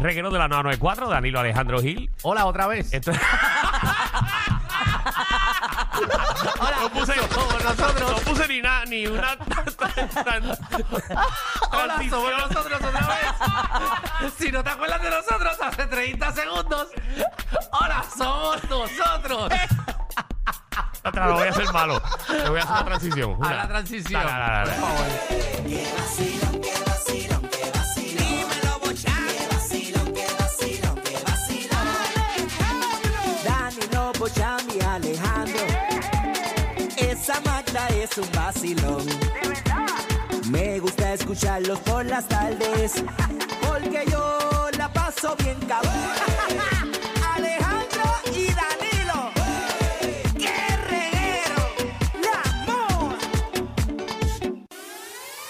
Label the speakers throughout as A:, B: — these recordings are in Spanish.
A: Reguero de la 994, Danilo Alejandro Gil.
B: Hola, otra vez.
A: Entonces... Hola, no puse,
B: somos nosotros.
A: no puse ni, na- ni una
B: Hola,
A: transición.
B: somos nosotros otra vez. Si no te acuerdas de nosotros hace 30 segundos. Hola, somos nosotros.
A: Hasta lo voy a hacer malo. Le voy a hacer una transición.
B: A
A: una.
B: la transición.
A: Dale, dale, dale.
B: Por favor.
C: Que vacilón, que vacilón, que vacilón. Dímelo, Bochán. Que vacilón, que vacilón, que vacilón. Danilo, Bochán y Alejandro. Esa magna es un vacilón. Me gusta escucharlos por las tardes. Porque yo la paso bien cabrón. Alejandro y Danilo. ¡Qué reguero! ¡La moa!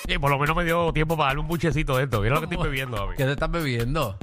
A: Sí, por lo menos me dio tiempo para darle un buchecito de esto. Mira lo que estoy bebiendo, papi.
B: ¿Qué te estás bebiendo?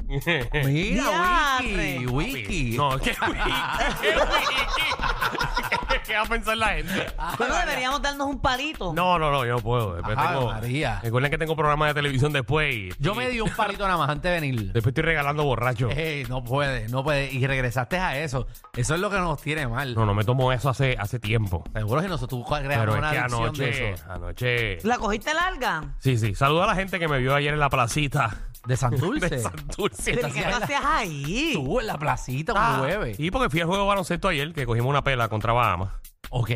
B: Mira, Wiki. Wiki.
A: No, ¿qué wiki? ¿Qué wiki? ¿Qué va a pensar la gente?
D: Bueno, deberíamos darnos un palito.
A: No, no, no, yo no puedo. Después
B: Ajá,
A: tengo,
B: María.
A: Recuerden que tengo programa de televisión después y
B: Yo me di un palito nada más antes de venir.
A: después estoy regalando borracho.
B: Ey, Eh, no puede, no puede. Y regresaste a eso. Eso es lo que nos tiene mal.
A: No, no me tomo eso hace, hace tiempo.
B: Seguro que nosotros
A: Pero
B: creamos
A: es
B: una
A: que
B: adicción de
A: anoche,
B: eso.
A: anoche.
D: ¿La cogiste larga?
A: Sí, sí. Saluda a la gente que me vio ayer en la placita
B: De Santurce.
A: de Santurce.
D: ¿Pero qué no hacías ahí?
B: Tú en la placita un
A: Ah,
B: jueves.
A: Y porque fui al juego de baloncesto ayer, que cogimos una pela contra Bahamas.
B: Ok.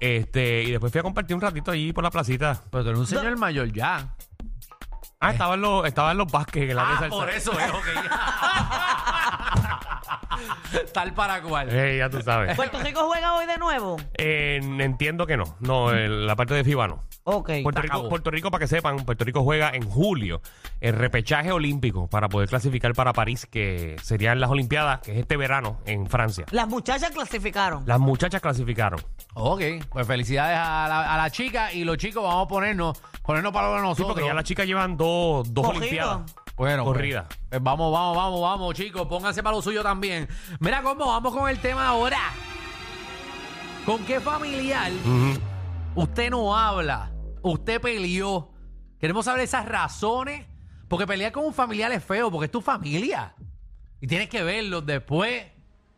A: Este, y después fui a compartir un ratito allí por la placita.
B: Pero tú eres un señor mayor ya.
A: Ah, estaban los, estaban los Vázquez en la mesa del salsa.
B: Ah, eso es, ok. Tal para cual.
A: Eh, ya tú sabes.
D: ¿Puerto Rico juega hoy de nuevo?
A: Eh, entiendo que no. No, el- la parte de FIBA no.
D: Ok.
A: Puerto Rico,
B: acabó.
A: Puerto Rico, para que sepan, Puerto Rico juega en julio el repechaje olímpico para poder clasificar para París, que serían las Olimpiadas, que es este verano en Francia.
D: Las muchachas clasificaron.
A: Las muchachas clasificaron.
B: Ok, pues felicidades a la, a la chica y los chicos vamos a ponernos, ponernos para lo de
A: Sí,
B: nosotros.
A: porque ya las chicas llevan dos, dos
D: Cogido.
A: Olimpiadas.
B: Bueno, pues,
A: Corrida.
B: pues vamos, vamos, vamos, vamos, chicos. Pónganse para lo suyo también. Mira cómo vamos con el tema ahora. ¿Con qué familiar
A: Ujú.
B: usted no habla? Usted peleó. Queremos saber esas razones. Porque pelear con un familiar es feo, porque es tu familia. Y tienes que verlos después.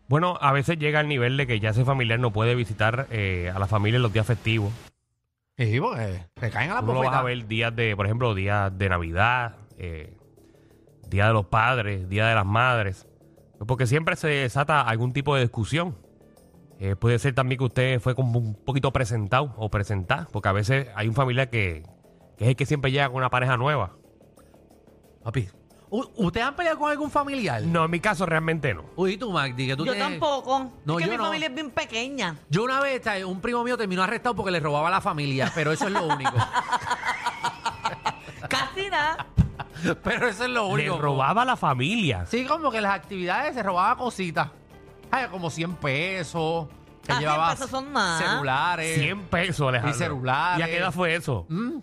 A: Bueno, a veces llega al nivel de que ya ese familiar no puede visitar eh, a la familia en los días festivos.
B: Sí, porque se caen a la
A: Tú no lo vas a
B: bofetada.
A: ver días de, por ejemplo, días de Navidad, eh, Día de los Padres, Día de las Madres. Porque siempre se desata algún tipo de discusión. Eh, puede ser también que usted fue como un poquito presentado o presentada, porque a veces hay un familiar que, que es el que siempre llega con una pareja nueva.
B: Papi, ¿u- ¿ustedes han peleado con algún familiar?
A: No, en mi caso realmente no.
B: Uy, tú, Magdi, que tú
D: yo
B: tienes-
D: tampoco.
B: No,
D: es que
B: yo
D: mi
B: no.
D: familia es bien pequeña.
B: Yo una vez, ¿sabes? un primo mío terminó arrestado porque le robaba a la familia, pero eso es lo único.
D: Casi nada.
B: pero eso es lo
A: Le
B: único.
A: robaba a la familia.
B: Sí, como que las actividades se robaba cositas. Ay, como 100 pesos. Que
D: Ah, 100
B: llevaba
D: pesos son nada.
B: celulares.
A: 100 pesos, Alejandro.
B: y celulares.
A: ¿Y a qué edad fue eso?
B: Mm.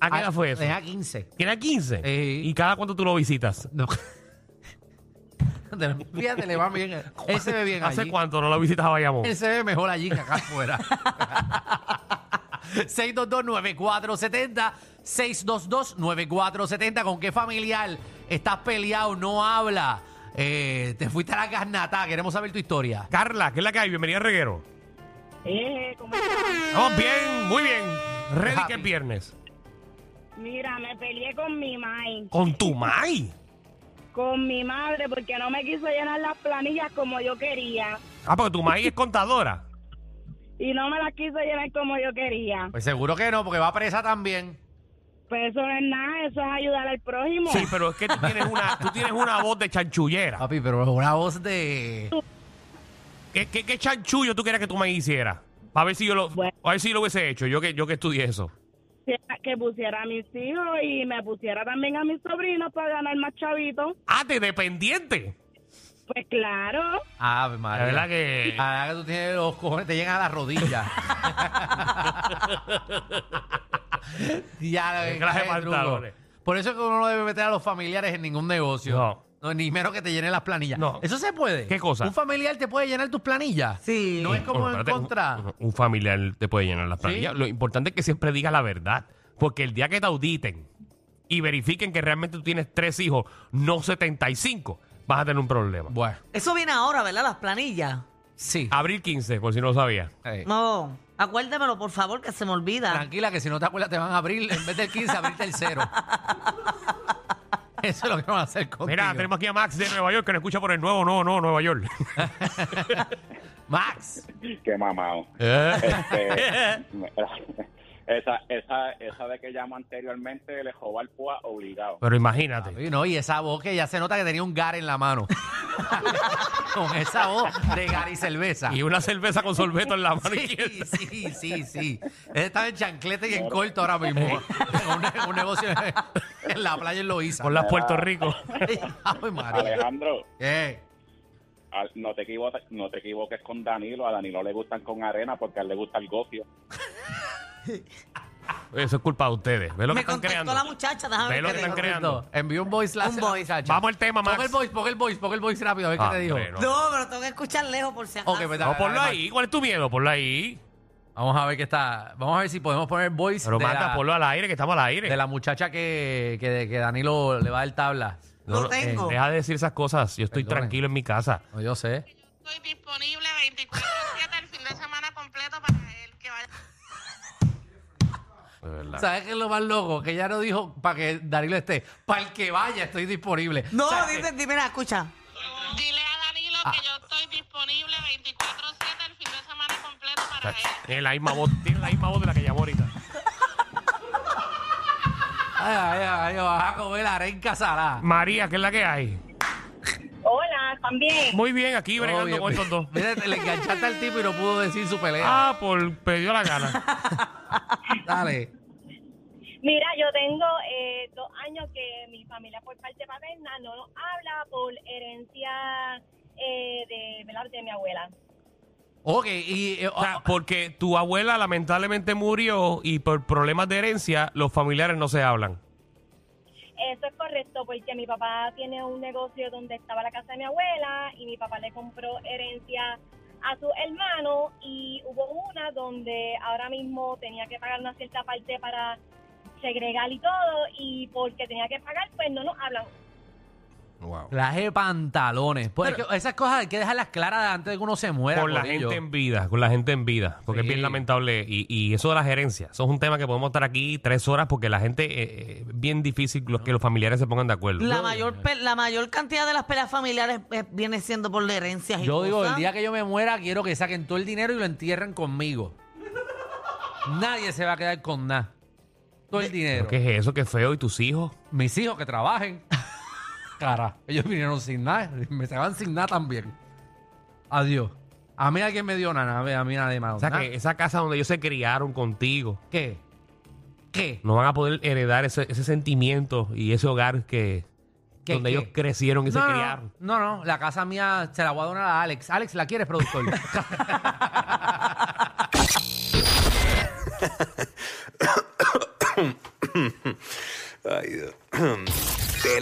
A: ¿A qué
B: Ah,
A: edad fue eso?
B: Tenía 15.
A: ¿Tiene 15?
B: Sí.
A: ¿Y cada cuánto tú lo visitas?
B: No. Fíjate, le va bien. Él se ve bien
A: ¿Hace
B: allí.
A: cuánto no lo visitas a Bayamón?
B: Él se ve mejor allí que acá afuera. 622-9470. 622-9470. ¿Con qué familiar estás peleado? No habla. Eh, te fuiste a la carnata. Queremos saber tu historia.
A: Carla, ¿qué es la que hay? Bienvenida a Reguero.
E: Eh, ¿cómo estás?
A: Vamos bien, muy bien. Ready
B: Happy.
A: que es viernes.
E: Mira, me peleé con mi mai,
A: Con tu Mai.
E: con mi madre, porque no me quiso llenar las planillas como yo quería.
A: Ah, porque tu Mai es contadora.
E: Y no me las quiso llenar como yo quería.
B: Pues seguro que no, porque va presa también.
E: Pues eso no es nada, eso es ayudar al prójimo.
A: Sí, pero es que tú tienes una, tú tienes una voz de chanchullera.
B: Papi, pero es una voz de.
A: ¿Qué, qué, qué chanchullo tú querías que tu Mai hiciera? A ver si yo lo,
E: Bueno.
A: a ver si lo hubiese hecho, yo que, yo que estudié eso.
E: Que pusiera a mis hijos y me pusiera también a mis sobrinos para ganar más chavitos.
A: Ah, de dependiente.
E: Pues claro.
B: Ave
A: La
B: María.
A: verdad que.
B: La verdad que tú tienes los cojones, te llegan a las rodillas. ya,
A: Qué clase de
B: truco.
A: pantalones.
B: Por eso es que uno no debe meter a los familiares en ningún negocio.
A: No.
B: ni menos que te llenen las planillas.
A: No.
B: ¿Eso se puede?
A: ¿Qué cosa?
B: ¿Un familiar te puede llenar tus planillas?
D: Sí.
B: No es como
A: Bueno,
B: en
A: espérate, un-
B: contra.
A: Un, un familiar te puede llenar las planillas. Lo importante es que siempre digas la verdad. Porque el día que te auditen y verifiquen que realmente tú tienes tres hijos, no 75, vas a tener un Ah. problema.
B: Bueno,
D: Eso viene ahora, ¿verdad? Las planillas.
B: sí.
A: Abril 15, por si no lo sabías.
B: Ey.
D: No, acuérdamelo, por favor, que se me olvida.
B: Tranquila, que si no te acuerdas, te van a abrir, en vez del 15, abrirte el 0. Eso es lo que van a hacer contigo.
A: Mira, tenemos aquí a Max de Nueva York que nos escucha por el nuevo, no, no, Nueva York.
B: Max.
F: Qué mamado. Este, esa, esa, esa de que llamo anteriormente le jodó al púa obligado.
A: Pero imagínate.
B: Y no, y esa voz que ya se nota que tenía un gar en la mano. Con esa voz de gar y cerveza.
A: Y una cerveza con sorbeto en la mano izquierda.
B: Sí, sí, sí, sí. Él estaba en chanclete y en corto ahora mismo. un, un negocio en, en la playa en Loíza.
A: Con las Puerto Rico.
B: Ay, María.
F: Alejandro,
B: Eh,
F: al- no, te equivoques, no te equivoques con Danilo. A Danilo le gustan con arena porque a él le gusta el gofio.
A: Eso es culpa de ustedes. Ve lo que
D: Me
A: están
D: contestó
A: creando.
D: la muchacha, déjame
A: Ve lo
D: ver
A: que
D: qué
A: están
D: dijo.
A: creando.
B: Envió un voice
D: Un
B: last.
D: voice.
A: Vamos al tema, Max.
B: Pon el voice, pon el voice, pon el voice rápido, a ver
A: Ah,
B: qué te dijo.
A: hombre, no.
D: No, pero tengo que escuchar lejos por si acaso.
B: Ok, pues, dale,
A: No, ponlo
B: dale,
A: ahí. ¿Cuál es tu miedo? Ponlo ahí.
B: Vamos a ver qué está. Vamos a ver si podemos poner voice
A: Pero
B: de,
A: manda,
B: la,
A: ponlo al aire, que estamos al aire.
B: de la muchacha que, que, que Danilo le va a dar tabla.
D: No tengo.
A: eh, Deja de decir esas cosas. Yo estoy
B: Perdone.
A: tranquilo en mi casa.
B: No, yo sé.
G: Estoy disponible 24-7 el fin de semana completo para el que vaya.
A: De verdad.
B: ¿Sabes qué es lo más loco? Que ella no dijo para que Danilo esté. Para el que vaya, estoy disponible.
D: No,
B: O sea,
D: dice, di- mira, escucha.
G: Dile a Danilo que yo estoy disponible 24-7 el fin de semana completo para él.
A: Tiene la misma voz, tiene la misma voz de la que llamó ahorita.
B: Ay, ay, ay, vas a comer arenca salada.
A: María, ¿qué es la que hay?
E: Hola, también.
A: Muy bien, aquí bregando
B: Obvio,
A: con estos dos.
B: Mira, te le enganchaste al tipo y no pudo decir su pelea.
A: Ah, por perdió la gana.
B: Dale.
E: Mira, yo tengo eh, dos años que mi familia por parte paterna no nos habla por herencia eh, de, ¿verdad? de mi abuela.
B: Ok, y. eh,
A: O sea,
B: ah,
A: porque tu abuela lamentablemente murió y por problemas de herencia los familiares no se hablan.
E: Eso es correcto porque mi papá tiene un negocio donde estaba la casa de mi abuela y mi papá le compró herencia a su hermano y hubo una donde ahora mismo tenía que pagar una cierta parte para segregar y todo y porque tenía que pagar pues no nos hablan.
B: Clase de pantalones. Pues es que esas cosas hay que dejarlas claras antes de que uno se muera.
A: Con la
B: corillo.
A: gente en vida, con la gente en vida, porque
B: Sí.
A: es bien lamentable. Y, y eso de las herencias, eso es un tema que podemos estar aquí tres horas porque la gente eh, eh, es bien difícil los- que los familiares se pongan de acuerdo.
D: La mayor, pe- la mayor cantidad de las peleas familiares eh, viene siendo por herencias y
B: Yo digo, el
D: cosas.
B: día que yo me muera, quiero que saquen todo el dinero y lo entierren conmigo. Nadie se va a quedar con nada. Todo el dinero.
A: ¿Pero ¿Qué es eso? ¿Qué feo? ¿Y tus hijos?
B: Mis hijos que trabajen. Cara, ellos vinieron sin nada. Me se van sin nada también. Adiós. A mí alguien me dio nada. A mí, a mí nadie me ha dado
A: O sea,
B: nada.
A: que esa casa donde ellos se criaron contigo,
B: ¿Qué? ¿Qué?
A: no van a poder heredar ese, ese sentimiento y ese hogar que
B: ¿Qué,
A: donde
B: qué?
A: ellos crecieron y se
B: no,
A: criaron.
B: No, no, no. la casa mía se la voy a donar a Alex. Alex, ¿la quieres, productor?
H: Ay, Dios. Te